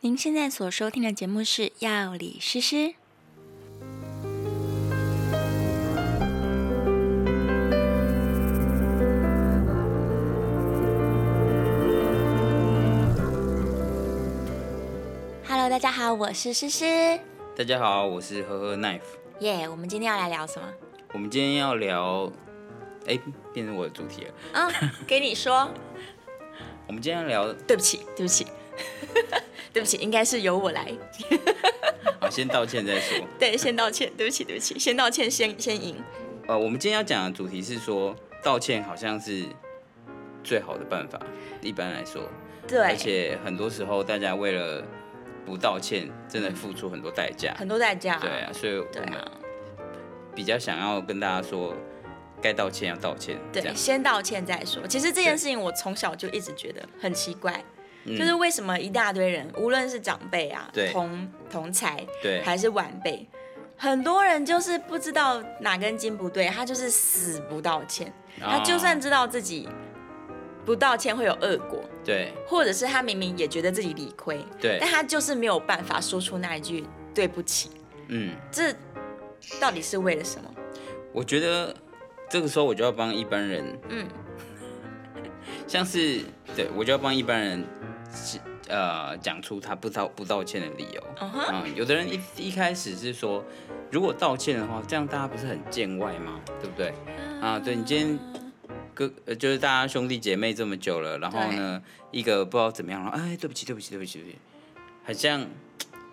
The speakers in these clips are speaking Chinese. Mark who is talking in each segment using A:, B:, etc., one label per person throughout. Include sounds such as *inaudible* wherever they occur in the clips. A: 您现在所收听的节目是《药理诗诗》。Hello，大家好，我是诗诗。
B: 大家好，我是呵呵 knife。
A: 耶、我们今天要来聊什么？
B: 我们今天要聊，哎、变成我的主题了。
A: 嗯，给你说。
B: 我们今天要聊，
A: *laughs* 对不起，对不起， *laughs* 对不起，应该是由我来。
B: 好，啊先道歉再说。 *laughs*
A: 对，先道歉，对不起，对不起，先道歉，先先赢。
B: 呃，我们今天要讲的主题是说，道歉好像是最好的办法，一般来说。而
A: 对，
B: 且很多时候，大家为了不道歉，真的付出很多代价。
A: 很多代价。
B: 对啊，所以我
A: 对啊
B: 们比较想要跟大家说，该道歉要道歉。这
A: 对，
B: 样
A: 先道歉再说。其实这件事情我从小就一直觉得很奇怪，就是为什么一大堆人，无论是长辈啊、
B: 嗯对
A: 同同才
B: 对
A: 还是晚辈，很多人就是不知道哪根筋不对，他就是死不道歉。他就算
B: 啊
A: 知道自己不道歉会有恶果，
B: 对
A: 或者是他明明也觉得自己理亏，
B: 对
A: 但，他就是没有办法说出那一句对不起，
B: 嗯。
A: 这到底是为了什么？
B: 我觉得这个时候我就要帮一般人，
A: 嗯，
B: *laughs* 像是对我就要帮一般人，呃，讲出他不道不道歉的理由。
A: 嗯哼，
B: 嗯，有的人一一开始是说，如果道歉的话，这样大家不是很见外吗？对不对？
A: 嗯
B: 啊，对你今天哥，呃就是大家兄弟姐妹这么久了，然后呢，一个不知道怎么样了，哎，对不起，对不起，对不起，对不起，很像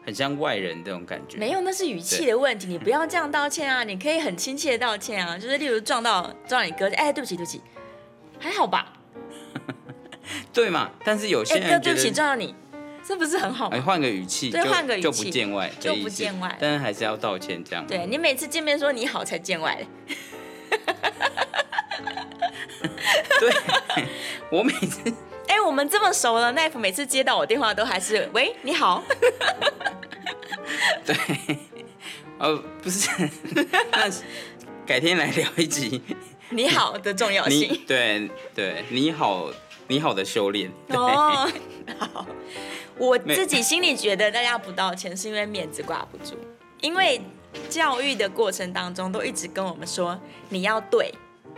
B: 很像外人这种感觉。
A: 没有，那是语气的问题。你不要这样道歉啊，你可以很亲切的道歉啊，就是例如撞到撞到你哥，哎，对不起，对不起，还好吧？
B: 对嘛？但是有些
A: 哎，哥，
B: 人
A: 对
B: 觉
A: 不
B: 得
A: 起，撞到你，这不是很好
B: 哎，
A: 吗？
B: 换个语气，
A: 哦对
B: 就
A: 换个语
B: 就
A: 气
B: 不见外的
A: 就不
B: 意思
A: 见外
B: 但是还是要道歉这样。
A: 对你每次见面说你好才见外嘞，
B: 对，我每次
A: 哎，我们这么熟了，奈夫每次接到我电话都还是喂你好， *laughs*
B: 呃
A: *laughs*
B: 不是，那改天来聊一集
A: 你好的重要
B: 你
A: 性。
B: 对对你好你好的修炼，
A: *laughs*
B: 对、
A: 哦，好，我自己心里觉得大家不道歉是因为面子挂不住，因为教育的过程当中都一直跟我们说你要对，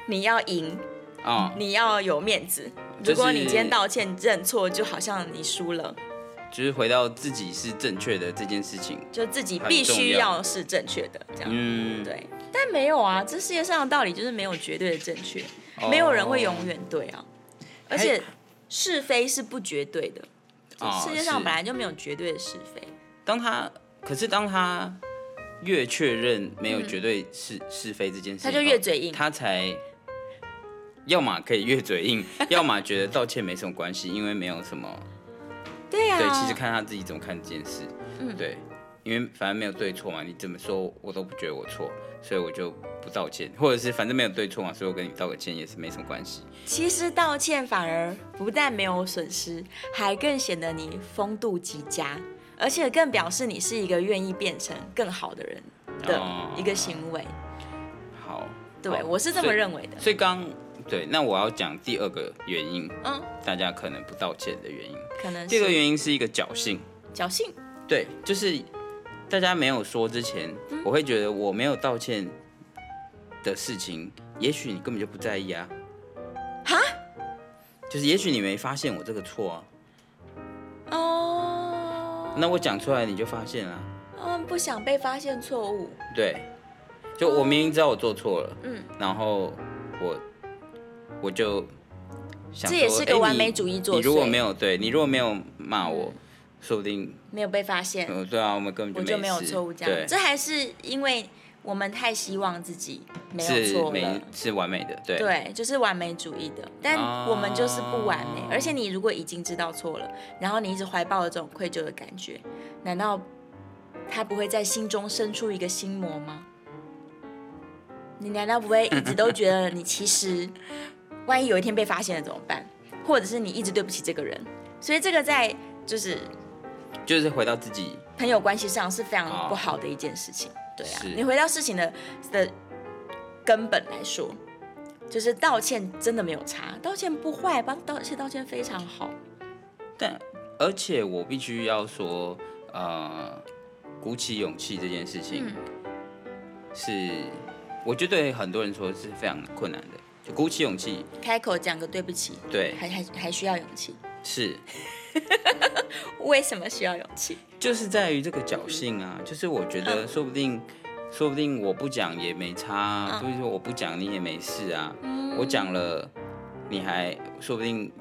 A: 你要赢，
B: 哦，
A: 你要有面子。
B: 就是
A: 如果你今天道歉认错，就好像你输了，
B: 就是回到自己是正确的这件事情，
A: 就自己必须要是正确的，这样
B: 嗯，
A: 对。但没有啊，这世界上的道理就是没有绝对的正确，
B: 哦
A: 没有人会永远对啊。而且
B: 还
A: 是非是不绝对的，这
B: 哦
A: 世界上
B: 是
A: 本来就没有绝对的是非。
B: 当他可是当他越确认没有绝对是、是非这件事，
A: 嗯他就越嘴硬
B: 他才要么可以越嘴硬，要么觉得道歉没什么关系，因为没有什么
A: 对啊嗯呀、
B: 对，其实看他自己怎么看这件事，对，因为反正没有对错嘛，你怎么说我都不觉得我错，所以我就不道歉，或者是反正没有对错嘛，所以我跟你道个歉也是没什么关系，
A: 其实道歉反而不但没有损失，还更显得你风度极佳，而且更表示你是一个愿意变成更好的人的
B: 哦
A: 一个行为。
B: 好，
A: 对
B: 好
A: 我是这么
B: 所以
A: 认为的。
B: 所以刚对，那我要讲第二个原因，
A: 嗯，
B: 大家可能不道歉的原因。
A: 可能
B: 第二个
A: 是
B: 原因是一个侥幸，
A: 侥幸。
B: 对，就是大家没有说之前，
A: 嗯
B: 我会觉得我没有道歉的事情，也许你根本就不在意啊。
A: 哈？
B: 就是也许你没发现我这个错啊，
A: 哦，
B: 那我讲出来你就发现了、啊
A: 嗯，不想被发现错误。
B: 对，就我明明知道我做错了，
A: 嗯，
B: 然后我我就想
A: 这也
B: 说
A: 是个
B: 诶
A: 完
B: 你
A: 美主义作
B: 你如果
A: 祟
B: 没有对你如果没有骂我，说不定
A: 没有被发现，
B: 嗯对啊，我们根
A: 我
B: 本
A: 就
B: 就
A: 没有错误。这
B: 对
A: 样，这还是因为我们太希望自己没有
B: 是
A: 错了
B: 没。是完美的，对
A: 对，就是完美主义的，但
B: 哦
A: 我们就是不完美。而且你如果已经知道错了，然后你一直怀抱着这种愧疚的感觉，难道他不会在心中生出一个心魔吗？你难道不会一直都觉得你其实，万一有一天被发现了怎么办？或者是你一直对不起这个人？所以这个在就是
B: 就是回到自己
A: 朋友关系上是非常
B: 哦
A: 不好的一件事情。对啊
B: 是，
A: 你回到事情的的根本来说，就是道歉真的没有差，道歉不坏吧？道歉道歉非常好。
B: 但而且我必须要说，呃，鼓起勇气这件事情
A: 嗯
B: 是，我觉得对很多人说是非常困难的。就鼓起勇气，
A: 开口讲个对不起，
B: 对，
A: 还还还需要勇气。
B: 是，
A: 为什么需要勇气？
B: 就是在于这个侥幸啊。就是我觉得说不定，说不定我不讲也没差、啊，所以说我不讲你也没事啊。
A: 嗯
B: 我讲了，你还说不定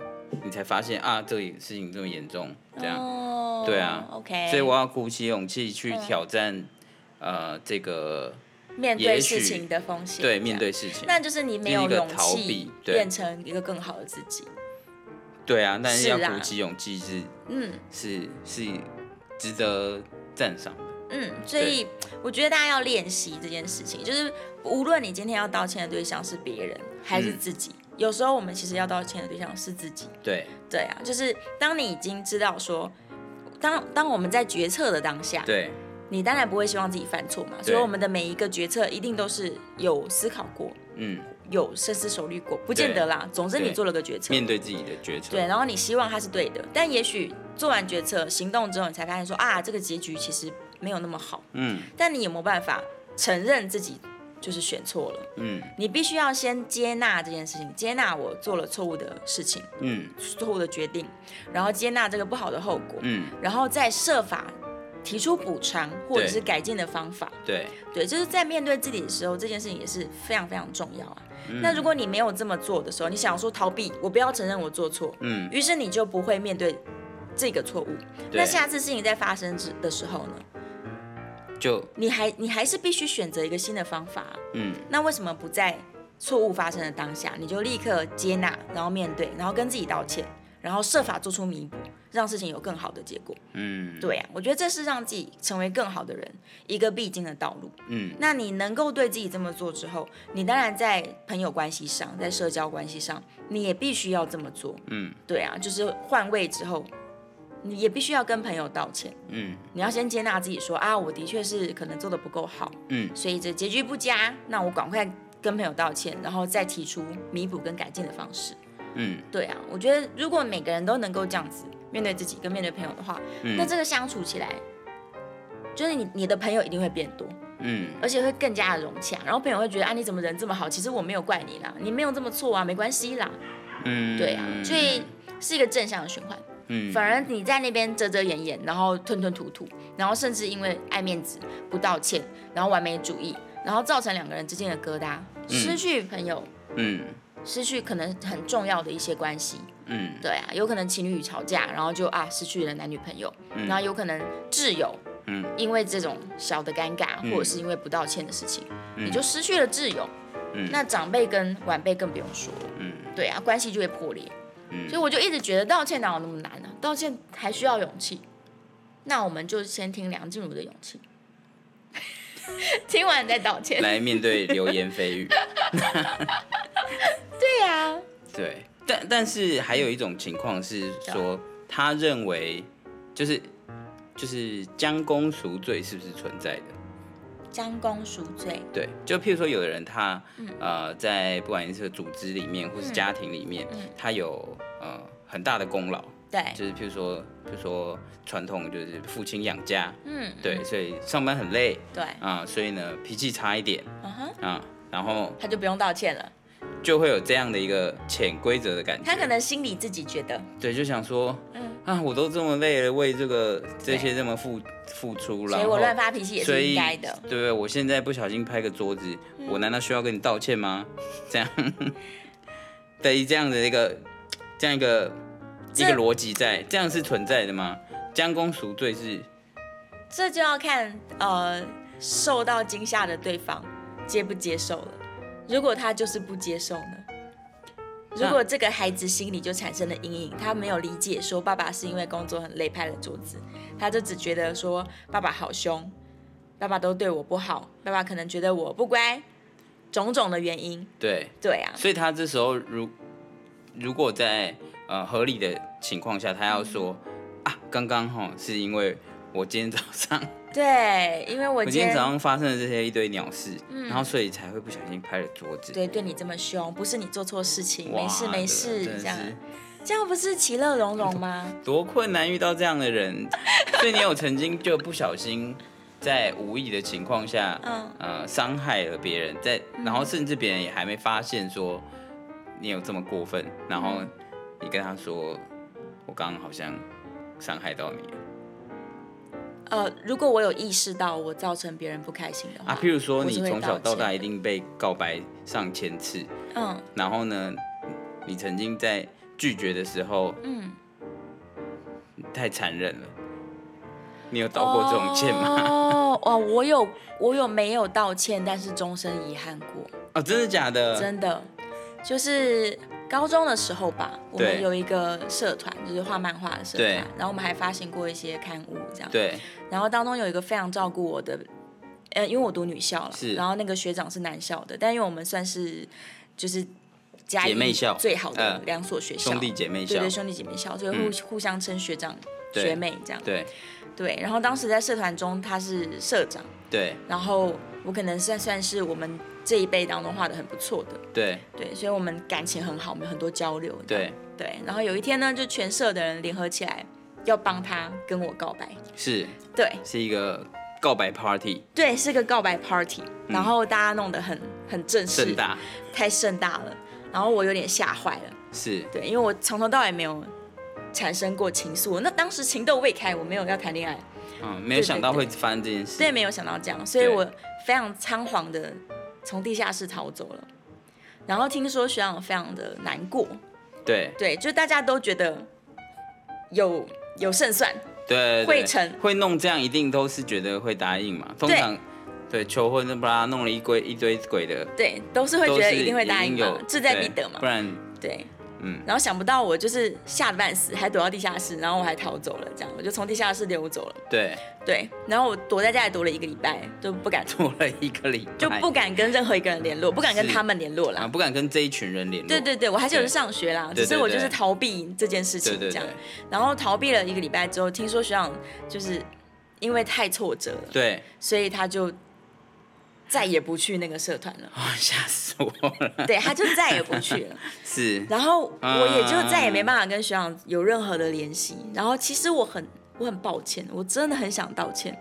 B: 你才发现啊，这个事情这么严重，这样。
A: 哦
B: 对啊
A: ，OK。
B: 所以我要鼓起勇气去
A: 嗯
B: 挑战，呃，这个
A: 面对
B: 也许
A: 事情的风险，
B: 对面
A: 这样，
B: 对事情，
A: 那就是你没
B: 第
A: 有
B: 一个
A: 勇
B: 逃
A: 气
B: 避对
A: 变成一个更好的自己。
B: 对啊，但
A: 是
B: 是要
A: 啦
B: 鼓起勇气是
A: 嗯
B: 是是值得赞赏的，
A: 嗯，所以我觉得大家要练习这件事情，就是无论你今天要道歉的对象是别人还是
B: 嗯
A: 自己，有时候我们其实要道歉的对象是自己。
B: 对
A: 对啊，就是当你已经知道说，当当我们在决策的当下，
B: 对
A: 你当然不会希望自己犯错嘛，所以我们的每一个决策一定都是有思考过，
B: 嗯，
A: 有深思熟虑过，不见得啦。总之你
B: 对
A: 做了个决策，
B: 面对自己的决策，
A: 对，然后你希望它是对的，但也许做完决策行动之后，你才发现说啊，这个结局其实没有那么好。
B: 嗯
A: 但你有没有办法承认自己就是选错了？
B: 嗯
A: 你必须要先接纳这件事情，接纳我做了错误的事情，
B: 嗯
A: 错误的决定，然后接纳这个不好的后果，
B: 嗯，
A: 然后再设法提出补偿或者
B: 对
A: 是改进的方法。
B: 对，
A: 对，就是在面对自己的时候，这件事情也是非常非常重要啊。
B: 嗯
A: 那如果你没有这么做的时候，你想说逃避，我不要承认我做错，
B: 嗯
A: 于是你就不会面对这个错误。那
B: 对，
A: 下次事情在发生之的时候呢，
B: 就
A: 你还你还是必须选择一个新的方法啊、
B: 嗯
A: 那为什么不在错误发生的当下，你就立刻接纳，然后面对，然后跟自己道歉，然后设法做出弥补，让事情有更好的结果？
B: 嗯
A: 对啊，我觉得这是让自己成为更好的人一个必经的道路。
B: 嗯
A: 那你能够对自己这么做之后，你当然在朋友关系上，在社交关系上，你也必须要这么做。
B: 嗯
A: 对啊，就是换位之后，你也必须要跟朋友道歉。
B: 嗯
A: 你要先接纳自己说啊，我的确是可能做的不够好，
B: 嗯
A: 所以这结局不佳，那我赶快跟朋友道歉，然后再提出弥补跟改进的方式。
B: 嗯
A: 对啊，我觉得如果每个人都能够这样子面对自己跟面对朋友的话，那
B: 嗯
A: 这个相处起来，就是你你的朋友一定会变多。
B: 嗯，
A: 而且会更加的融洽。然后朋友会觉得啊，你怎么人这么好？其实我没有怪你啦，你没有这么错啊，没关系啦。
B: 嗯
A: 对啊，所以是一个正向的循环。
B: 嗯
A: 反而你在那边遮遮掩掩，然后吞吞吐吐，然后甚至因为爱面子不道歉，然后完美主义，然后造成两个人之间的疙瘩，失去朋友，
B: 嗯
A: 失去可能很重要的一些关系。
B: 嗯
A: 对啊，有可能情侣吵架，然后就啊失去了男女朋友，然后有可能挚友，
B: 嗯，
A: 因为这种小的尴尬，或者是因为不道歉的事情，你就失去了挚友。
B: 嗯
A: 那长辈跟晚辈更不用说了，
B: 嗯
A: 对啊，关系就会破裂。
B: 嗯
A: 所以我就一直觉得道歉哪有那么难呢、啊道歉还需要勇气。那我们就先听梁静茹的《勇气》， *laughs* 听完再道歉。
B: 来面对流言蜚语。
A: 对啊，
B: 对，但但是还有一种情况是
A: 嗯
B: 说，他认为就是就是将功赎罪是不是存在的？
A: 将功赎罪，
B: 对，就譬如说，有的人他、
A: 嗯
B: 呃在不管是组织里面或是家庭里
A: 嗯
B: 面，他有呃很大的功劳，
A: 对，
B: 就是譬如说，譬如说传统就是父亲养家，
A: 嗯，哎
B: 对，所以上班很累
A: 对，
B: 啊、所以呢脾气差一点
A: 嗯哼，
B: 啊、然后
A: 他就不用道歉了。
B: 就会有这样的一个潜规则的感觉。
A: 他可能心里自己觉得，
B: 对，就想说，
A: 嗯
B: 啊，我都这么累了，为这个这些这么付付出，
A: 所
B: 然
A: 以
B: 后
A: 我乱发脾气也
B: 所
A: 是
B: 以
A: 应该的。嗯
B: 对不对？我现在不小心拍个桌子，我难道需要跟你道歉吗？这样 *laughs* 的一这样的一个这样一个一
A: 这
B: 个逻辑在，这样是存在的吗？将功赎罪是
A: 这就要看呃受到惊吓的对方接不接受了。如果他就是不接受呢？如果这个孩子心里就产生了阴影，他没有理解说爸爸是因为工作很累拍了桌子，他就只觉得说爸爸好凶，爸爸都对我不好，爸爸可能觉得我不乖，种种的原因。
B: 对，
A: 对啊，
B: 所以他这时候如如果在呃合理的情况下，他要说、
A: 嗯
B: 啊，刚刚哈是因为我今天早上。
A: 对，因为我
B: 我
A: 今
B: 今天
A: 天嗯
B: 早上发生了这些一堆鸟事，然后所以才会不小心拍了桌子。
A: 对对你这么凶，不是你做错事情，
B: 哇，
A: 没事没事
B: 真的
A: 这样。
B: 是
A: 这样不是其乐融融吗？
B: 多困难遇到这样的人，所以你有曾经就不小心在无意的情况下，
A: 嗯
B: 呃，伤害了别人，在然后甚至别人也还没发现说你有这么过分，然后
A: 嗯
B: 你跟他说，我刚刚好像伤害到你了
A: 呃，如果我有意识到我造成别人不开心的话，
B: 啊，譬如说
A: 我
B: 你
A: 是会
B: 从小到
A: 道歉
B: 大
A: 的
B: 一定被告白上千次，
A: 嗯
B: 然后呢，你曾经在拒绝的时候
A: 嗯，
B: 太残忍了，你有道过这种歉吗？
A: 哦，哦，我有我有没有道歉，但是终身遗憾过。
B: 哦，真的假的？
A: 真的，就是高中的时候吧，我
B: 对
A: 们有一个社团，就是画漫画的社团
B: 对，
A: 然后我们还发行过一些刊物这样。
B: 对，
A: 然后当中有一个非常照顾我的，呃，因为我读女校了
B: 是，
A: 然后那个学长是男校的，但因为我们算是就是家
B: 姐妹校
A: 最好的
B: 嗯
A: 两所学校，
B: 兄弟姐妹
A: 对
B: 笑，
A: 对兄弟姐妹校，所以互、互相称学长
B: 对
A: 学妹这样。
B: 对
A: 对，然后当时在社团中他是社长，
B: 对
A: 然后我可能算算是我们这一辈当中画的很不错的。
B: 对
A: 对，所以我们感情很好，我们有很多交流。这样
B: 对，
A: 对，然后有一天呢，就全社的人联合起来要帮他跟我告白。
B: 是
A: 对
B: 是一个告白 party
A: 对，是个告白 party，然后大家弄得很很正式，
B: 嗯盛大，
A: 太盛大了。然后我有点吓坏了，
B: 是
A: 对，因为我从头到尾没有产生过情愫，那当时情窦未开，我没有要谈恋爱，
B: 嗯，没有
A: 对
B: 想
A: 对
B: 到
A: 对
B: 会发生这件事，
A: 所以没有想到这样，所以
B: 对
A: 我非常仓皇的从地下室逃走了。然后听说学长非常的难过，
B: 对
A: 对，就大家都觉得有有胜算，
B: 对对
A: 会成
B: 会弄这样，一定都是觉得会答应嘛，通
A: 对
B: 常对求婚都不啦弄了一堆一堆鬼的，
A: 对，都是会
B: 都
A: 觉得
B: 是
A: 一定会答应嘛
B: 有，
A: 志在
B: 对
A: 必得嘛
B: 不，然
A: 对。
B: 嗯
A: 然后想不到我就是吓得半死，还躲到地下室，然后我还逃走了，这样我就从地下室溜走了。
B: 对 *laughs*
A: 对，然后我躲在家里躲了一个礼拜，就不敢
B: 做了一个礼拜
A: 就不敢跟任何一个人联络，不敢跟
B: 是
A: 他们联络
B: 啊
A: 啦。
B: 不敢跟这一群人联络，
A: 对对对，我还是有
B: 对
A: 去上学啦，
B: 对
A: 只是我
B: 对
A: 就是
B: 对
A: 逃避这件事情
B: 对对
A: 这样
B: 对。
A: 然后逃避了一个礼拜之后，听说学长就是因为太挫折了，
B: 对， *laughs*
A: 所以他就再也不去那个社团了。
B: 哇哦吓死我了，
A: 对，他就再也不去了。
B: 是
A: 然后我也就再也没
B: 嗯
A: 办法跟学长有任何的联系。然后其实我很我很抱歉，我真的很想道歉，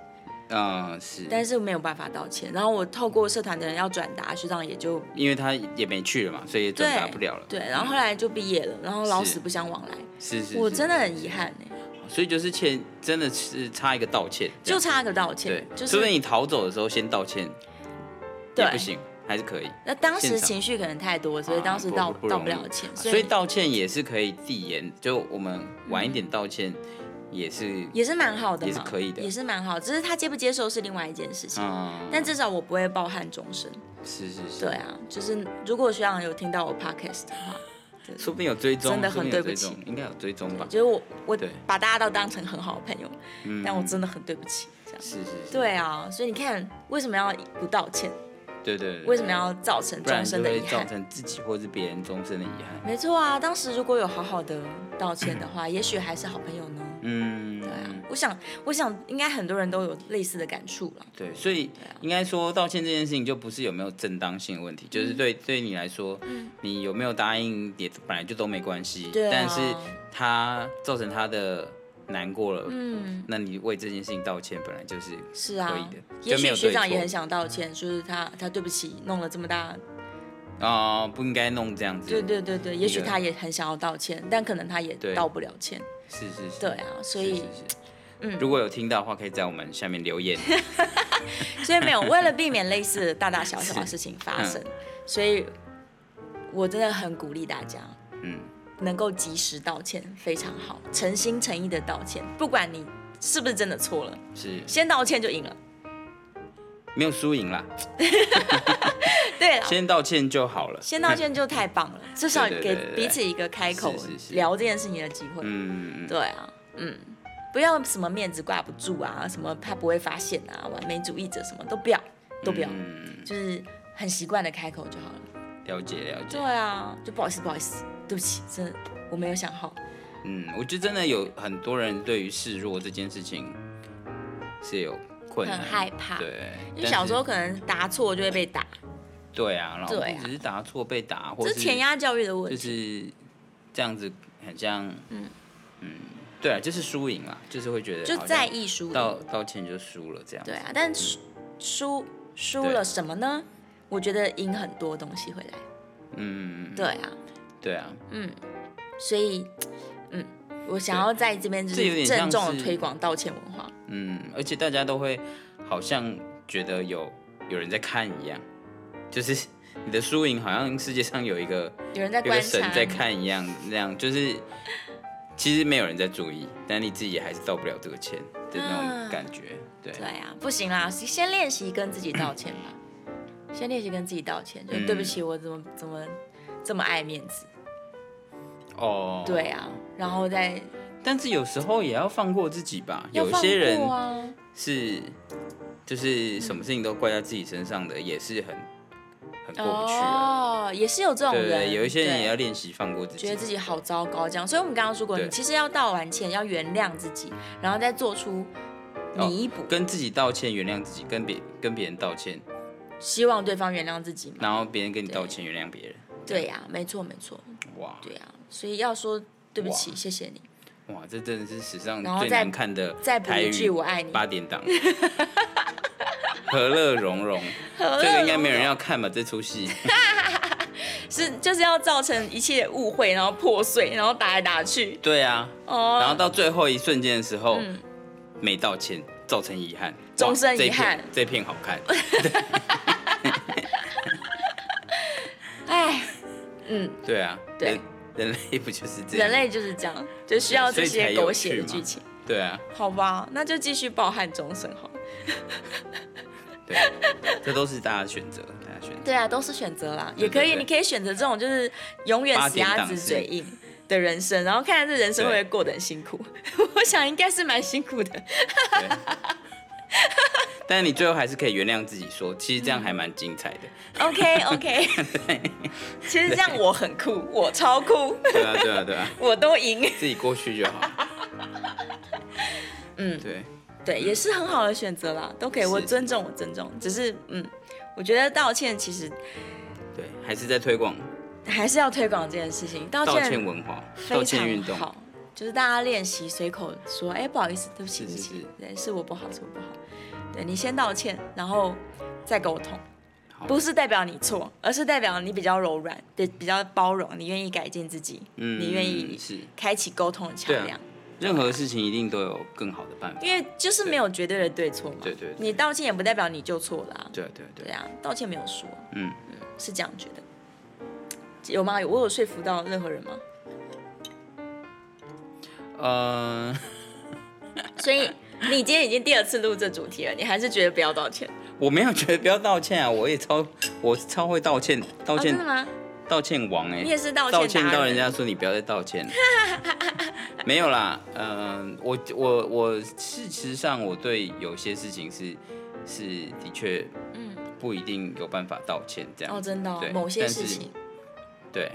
B: 嗯是，
A: 但是没有办法道歉。然后我透过社团的人要转达，学长也就
B: 因为他也没去了嘛，所以也转达不了了，
A: 对，然后后来就毕业了，然后老
B: 是
A: 死不相往来。
B: 是是，
A: 我
B: 是
A: 真的很遗憾哎，
B: 所以就是欠，真的是差一个道歉，这
A: 就
B: 样
A: 差个道歉
B: 对，，
A: 就
B: 除非
A: 是
B: 你逃走的时候先道歉，也
A: 对
B: 不行，还是可以。
A: 那当时
B: 现场
A: 情绪可能太多，所以
B: 啊
A: 当时
B: 不
A: 道
B: 不
A: 道
B: 容
A: 不了
B: 易啊
A: 歉，
B: 所以道歉也是可以递延，就我们晚一点道歉也是，
A: 嗯也是蛮好的
B: 也是
A: 嘛，
B: 可以的
A: 也是蛮好，只是他接不接受是另外一件事情。
B: 嗯，
A: 但至少我不会抱憾终身。
B: 是是是，
A: 对，啊，就是如果学长有听到我 podcast 的话，对
B: 说不定有追踪，啊
A: 真的
B: 说
A: 很
B: 定有
A: 对不
B: 追踪
A: 起
B: 应该有追踪吧？
A: 就是我我
B: 对
A: 把大家都当成很好的朋友，
B: 嗯
A: 但我真的很对不起。这样
B: 是是是，
A: 对啊，所以你看，为什么要不道歉？
B: 对对对，
A: 为什么要造成
B: 不
A: 终
B: 然就
A: 身的
B: 会
A: 遗
B: 造
A: 憾？
B: 成自己或是别人终身的遗憾？
A: 没错啊，当时如果有好好的道歉的话，也许还是好朋友呢。
B: 嗯，对
A: 对啊，我想，我想应该很多人都有类似的感触了。
B: 对，所以应该说道歉这件事情就不是有没有正当性的问
A: 嗯
B: 题，就是对对你来说，你有没有答应也本来就都没关系，
A: 对啊
B: 但是他造成他的难过了，
A: 嗯，
B: 那你为这件事情道歉本来就是
A: 是
B: 可
A: 啊
B: 以的，
A: 也
B: 就没
A: 许
B: 有
A: 学
B: 对
A: 长也
B: 错
A: 很想道歉，就是他他对不起，弄了这么大
B: 啊、不应该弄这样子，
A: 对对对对，也许
B: 个
A: 他也很想要道歉，但可能他也
B: 啊对
A: 道不了歉。
B: 是是是，
A: 对啊，所以嗯
B: 是是是。如果有听到的话，可以在我们下面
A: *laughs*
B: 留言。
A: 所以没有为了避免类似的大大小小的事情发生，
B: 嗯
A: 所以我真的很鼓励大家
B: 嗯，
A: 能够及时道歉，非常好，诚心诚意的道歉，不管你是不是真的错了，
B: 是
A: 先道歉就赢
B: *laughs*
A: 了。
B: 没有输赢啦，
A: 对了。
B: 先道歉就好了。
A: 先道歉就太棒了，至少
B: 对对对
A: 给
B: 对对
A: 彼此一个开口
B: 是是是
A: 聊这件事情的机会。
B: 嗯，嗯嗯
A: 对啊，嗯，不要什么面子挂不住啊，什么怕不会发现啊，完美主义者什么都不要，都不要，
B: 嗯，
A: 就是很习惯的开口就好了。
B: 了解了解
A: 对。啊，就不好意思，不好意思，对不起，真的我没有想好。
B: 嗯，我觉得真的有很多人对于示弱这件事情是有困难，
A: 很害怕
B: 对，
A: 因
B: 但
A: 为
B: 是
A: 小时候可能答错就会被打，
B: 对啊，然后
A: 对啊
B: 只是答错被打，或
A: 这
B: 是
A: 是填鸭教育的问
B: 就
A: 题。
B: 是这样子很像，嗯对啊，就是输赢啦，就是会觉得
A: 就
B: 好像
A: 在意输
B: 道
A: 赢。
B: 道歉就输了这样。
A: 对啊，但输输输了什么呢？我觉得赢很多东西回来。
B: 嗯，
A: 对啊，
B: 对啊，
A: 所以，嗯，我想要在这边就
B: 这有
A: 是
B: 点
A: 郑
B: 像
A: 重的
B: 是
A: 推广道歉文化。
B: 嗯，而且大家都会好像觉得有有人在看一样，就是 *laughs* 你的输赢好像世界上有一个
A: 有人在
B: 有个
A: 观
B: 神
A: 察
B: 在
A: 你，
B: 看一样，那样就是其实没有人在注意，但你自己还是道不了这个歉的那
A: 啊
B: 种感觉。对，
A: 对啊，不行啦，先练习跟自己道歉吧，先练习跟自己道歉，就
B: 嗯
A: 对不起，我怎么怎么这么爱面子，
B: 哦，
A: 对。啊，然后再
B: 但是有时候也要放过自己吧，
A: 要
B: 嗯有
A: 放
B: 些人
A: 过啊，嗯
B: 是就是什么事情都怪在自己身上的，也是很很过不去啊。
A: 哦，也是有这种
B: 对
A: 人，
B: 对对，有一些人也要
A: 对
B: 练习放过自己。
A: 觉得自己好糟糕这样，所以我们刚刚说过，
B: 对
A: 你其实要道完歉，要原谅自己，然后再做出弥补，
B: 哦跟自己道歉，原谅自己；跟别跟别人道歉，
A: 希望对方原谅自己嘛，
B: 然后别人跟你道歉，原谅别人。
A: 对呀、没错没错，
B: 哇
A: 对呀、所以要说对不起，
B: 哇
A: 谢谢你，
B: 哇，这真的是史上
A: 然后
B: 最
A: 再
B: 难看的
A: 再补
B: 台
A: 一句
B: 语
A: 我爱你，
B: 八点
A: *laughs*
B: 档，和乐融融，
A: 何
B: 这个
A: 乐
B: 应该没
A: 融
B: 有人
A: 融
B: 要看吧？这出戏， *laughs*
A: 是就是要造成一切误会，然后破碎，然后打来打去。
B: 对啊，
A: 哦，
B: 然后到最后一瞬间的时候，没道歉，造成遗憾，哇
A: 嗯终身遗憾
B: 这一片这一片好
A: *laughs*
B: 看，
A: 哎，嗯，
B: 对啊，
A: 对
B: 人， *laughs* 人类不就是这样？
A: 人类就是这样，就需要这些狗血的剧情，
B: 对啊，
A: 好吧？那就继续抱憾终身好了。
B: 对，这都是大家的选择，大家选择。
A: 对啊，都是选择啦，
B: 对
A: 也可以，
B: 对对
A: 你可以选择这种就是永远死鸭子嘴硬的人生，然后看看这人生会不会过得很辛苦。 *laughs* 我想应该是蛮辛苦的，
B: 对，但是你最后还是可以原谅自己说其实这样还蛮精彩
A: *laughs*
B: 的。
A: OK
B: *laughs*
A: OK，其实这样我很酷，我超酷，
B: 对啊，对啊，对啊，
A: 我都赢。
B: 自己过去就好。嗯，对，
A: 对，也是很好的选择啦，都可以，
B: 是
A: 我尊重，我尊重。只是，嗯，我觉得道歉其实
B: 对，还是在推广
A: 还是要推广这件事情，道
B: 道
A: 歉
B: 歉文化、道
A: 非
B: 歉运
A: 常
B: 动。
A: 好，就是大家练习随口说，哎，不好意思，对不起，
B: 是
A: 对不
B: 是
A: 起
B: 是，
A: 对，是我不好，是我不好。对你先道歉，然后再沟通，
B: 好
A: 不是代表你错，而是代表你比较柔软，对，比较包容，你愿意改进自己，
B: 嗯
A: 你愿意
B: 是
A: 开启沟通的桥
B: 对啊
A: 梁。
B: 任何事情一定都有更好的办法。
A: 因为就是没有绝对的对错嘛，
B: 对对对
A: 你道歉也不代表你就错了、啊，
B: 对对对
A: 对，啊，道歉没有说，
B: 嗯，
A: 是这样觉得。有吗？有我有说服到任何人吗？
B: 呃， *laughs*
A: 所以你今天已经第二次录这主题了，你还是觉得不要道歉？
B: 我没有觉得不要道歉啊，我也超我超会道歉，道
A: 哦，
B: 歉、
A: 真的吗？
B: 道歉王哎、
A: 你也是道
B: 道
A: 歉
B: 歉
A: 达
B: 到人
A: 人。
B: 家说你不要再道
A: *laughs*
B: 歉了，没有啦，嗯、我我我事实上我对有些事情是是的确，嗯，不一定有办法道歉这样，
A: 哦，真的哦、
B: 对
A: 某些
B: 但是
A: 事情，
B: 对，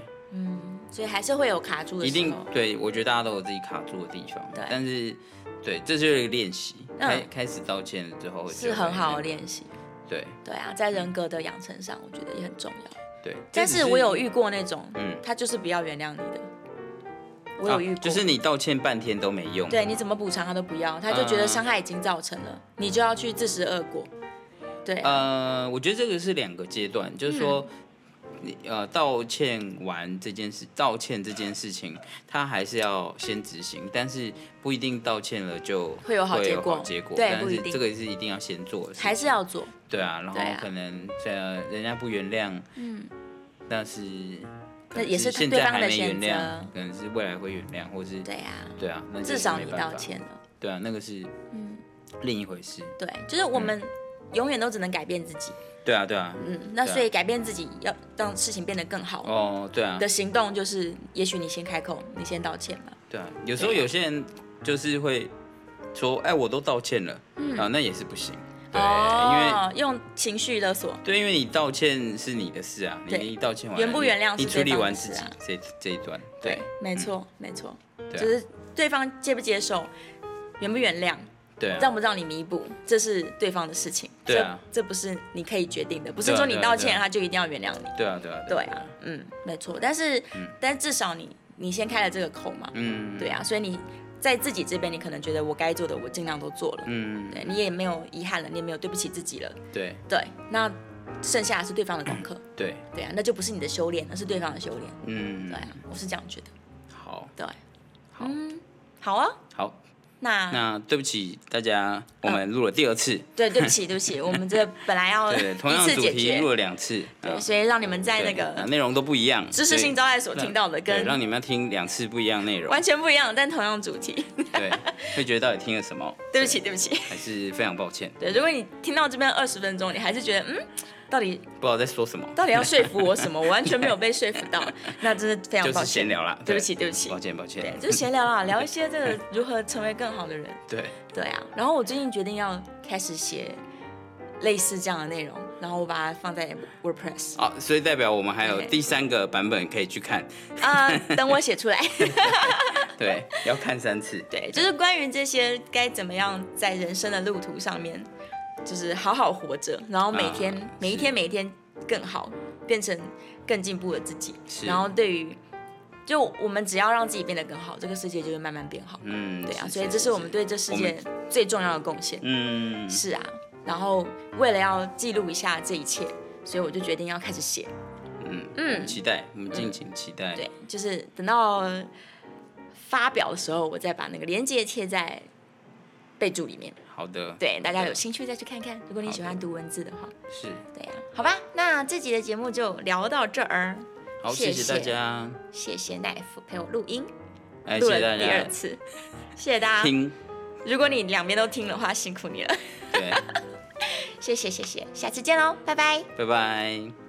A: 所以还是会有卡住的
B: 一
A: 时
B: 定
A: 候。
B: 对我觉得大家都有自己卡住的地方，
A: 对
B: 但是对，这就是一个练习，
A: 嗯
B: 开开始道歉了之后
A: 是很好
B: 哎
A: 的，练习。
B: 就会那个
A: 对啊，在人格的养成上，我觉得也很重要。
B: 对对，
A: 但
B: 这只
A: 是我有遇过那种，
B: 嗯
A: 他就是不要原谅你的。我有遇过，
B: 啊就是你道歉半天都没用，
A: 对，你怎么补偿他都不要，他就觉得
B: 嗯
A: 伤害已经造成了，你就要去自食恶果。对，
B: 呃，我觉得这个是两个阶段，
A: 嗯
B: 就是说，你呃，道歉完这件事，道歉这件事情，他还是要先执行，但是不一定道歉了就
A: 会有好结果
B: 结果
A: 对
B: 但
A: 不一
B: 是
A: 定
B: 这个是一定要先做的事，
A: 还是要做。
B: 对啊，然后
A: 对啊
B: 可能呃，人家不原谅，嗯，但是可
A: 那
B: 能
A: 也是
B: 是现
A: 对
B: 在
A: 方
B: 还
A: 的
B: 没
A: 选
B: 原谅
A: 择，
B: 可能是未来会原谅，或是
A: 对啊，
B: 对啊，那就
A: 至
B: 是
A: 少
B: 没
A: 你
B: 办
A: 道
B: 法，
A: 歉嗯了。
B: 对啊，那个是另一回事，
A: 对，就是
B: 嗯
A: 我们永远都只能改变自己。
B: 对啊，对啊，
A: 嗯，那
B: 对啊
A: 所以改变自己，要让事情变得更好。
B: 哦，对啊
A: 的，行动就是，也许你先开口，你先道歉嘛。
B: 对啊，有时候有些人就是会说，哎，我都道歉了，
A: 嗯
B: 啊，那也是不行，对，因为
A: 因为哦用情绪勒索，
B: 对，因为你道歉是你的事啊，你
A: 对
B: 你道歉完了，
A: 原不原谅
B: 你你
A: 是
B: 处
A: 对
B: 理
A: 方
B: 完
A: 的
B: 自
A: 事
B: 己
A: 啊
B: 这这一段，
A: 对
B: 对，
A: 没错，没错，
B: 对啊
A: 就是对方接不接受，原不原谅，
B: 对啊，
A: 让不让你弥补，这是对方的事情。
B: 对啊
A: 这这不是你可以决定的，不
B: 对
A: 是
B: 啊
A: 说你
B: 对啊
A: 道
B: 对啊
A: 歉他就一定要原谅你。
B: 对啊，对啊，
A: 对啊，嗯，没错。但是，但至少你你先开了这个口嘛，
B: 嗯，
A: 对啊，所以你在自己这边，你可能觉得我该做的我尽量都做了，
B: 嗯，
A: 对你也没有遗憾了，你也没有对不起自己了，
B: 对
A: 对，那剩下的是对方的功课，
B: 对，
A: 对啊，那就不是你的修炼，那是对方的修炼，
B: 嗯
A: 对，啊，我是这样觉得，
B: 好
A: 对，
B: 好
A: 嗯，好啊，
B: 好，
A: 那
B: 那对不起大家，我们录了第二次，
A: 对，对不起，对不起，我们
B: *laughs*
A: 这本来要 *laughs*
B: 对，同
A: 嗯一
B: 样的
A: 次
B: 主
A: 解
B: 题录
A: 决，
B: 了两次，
A: 对，
B: 嗯
A: 所以让你们在那
B: 对啊
A: 个
B: 内容都不一样，
A: 知识性招待所听到的
B: 所以对，
A: 跟
B: 让你们要听两次不一样内容，
A: *laughs* 完全不一样，但同样主题， *laughs*
B: 对，会觉得到底听了什么，
A: 对不起，对不起。
B: 还是非常抱歉，
A: 对，如果你听到这边二十分钟，你还是觉得嗯，到底
B: 不知道在说什么，
A: 到底要说服我什么？我完全没有被说服
B: *laughs*
A: 到，那真的非常
B: 就
A: 抱
B: 是
A: 歉
B: 闲。聊啦，
A: 对不起对不起
B: 抱歉抱
A: 对
B: 歉，，
A: 就是闲聊啊，聊一些这个如何成为更好的人。
B: 对，
A: 对啊，然后我最近决定要开始写类似这样的内容，然后我把它放在 WordPress
B: 好，所以代表我们还有
A: 对
B: 第三个版本可以去看，
A: 啊、等我写出来。
B: 对，要看三次，
A: 对，就是关于这些该怎么样在人生的路途上面，就是好好活着，然后每天、
B: 啊
A: 每一
B: 是
A: 天每一天更好，变成更进步的自己。
B: 是
A: 然后对于，就我们只要让自己变得更好，这个世界就会慢慢变好。
B: 嗯，
A: 对啊，所以这是我们对这世界最重要的贡献。
B: 嗯，
A: 是啊，然后为了要记录一下这一切，所以我就决定要开始写。
B: 嗯
A: 嗯
B: 嗯，期待，我们敬请期待。
A: 对，就是等到发表的时候，我再把那个链接贴在备注里面。
B: 好的，
A: 对，大家有兴趣再去看看。如果你喜
B: 好
A: 欢
B: 的
A: 读文字的话，
B: 是
A: 对呀、好吧，那这集的节目就聊到这儿。
B: 好，
A: 谢
B: 谢
A: 谢
B: 谢大家，
A: 谢谢奈夫陪我录音，
B: 哎，谢
A: 录
B: 谢大
A: 了第二
B: 家
A: 次，谢谢大家。
B: 听，
A: 如果你两边都听的话，辛苦你了，
B: 对，
A: 谢谢谢谢，下次见喽，拜拜。
B: 拜拜。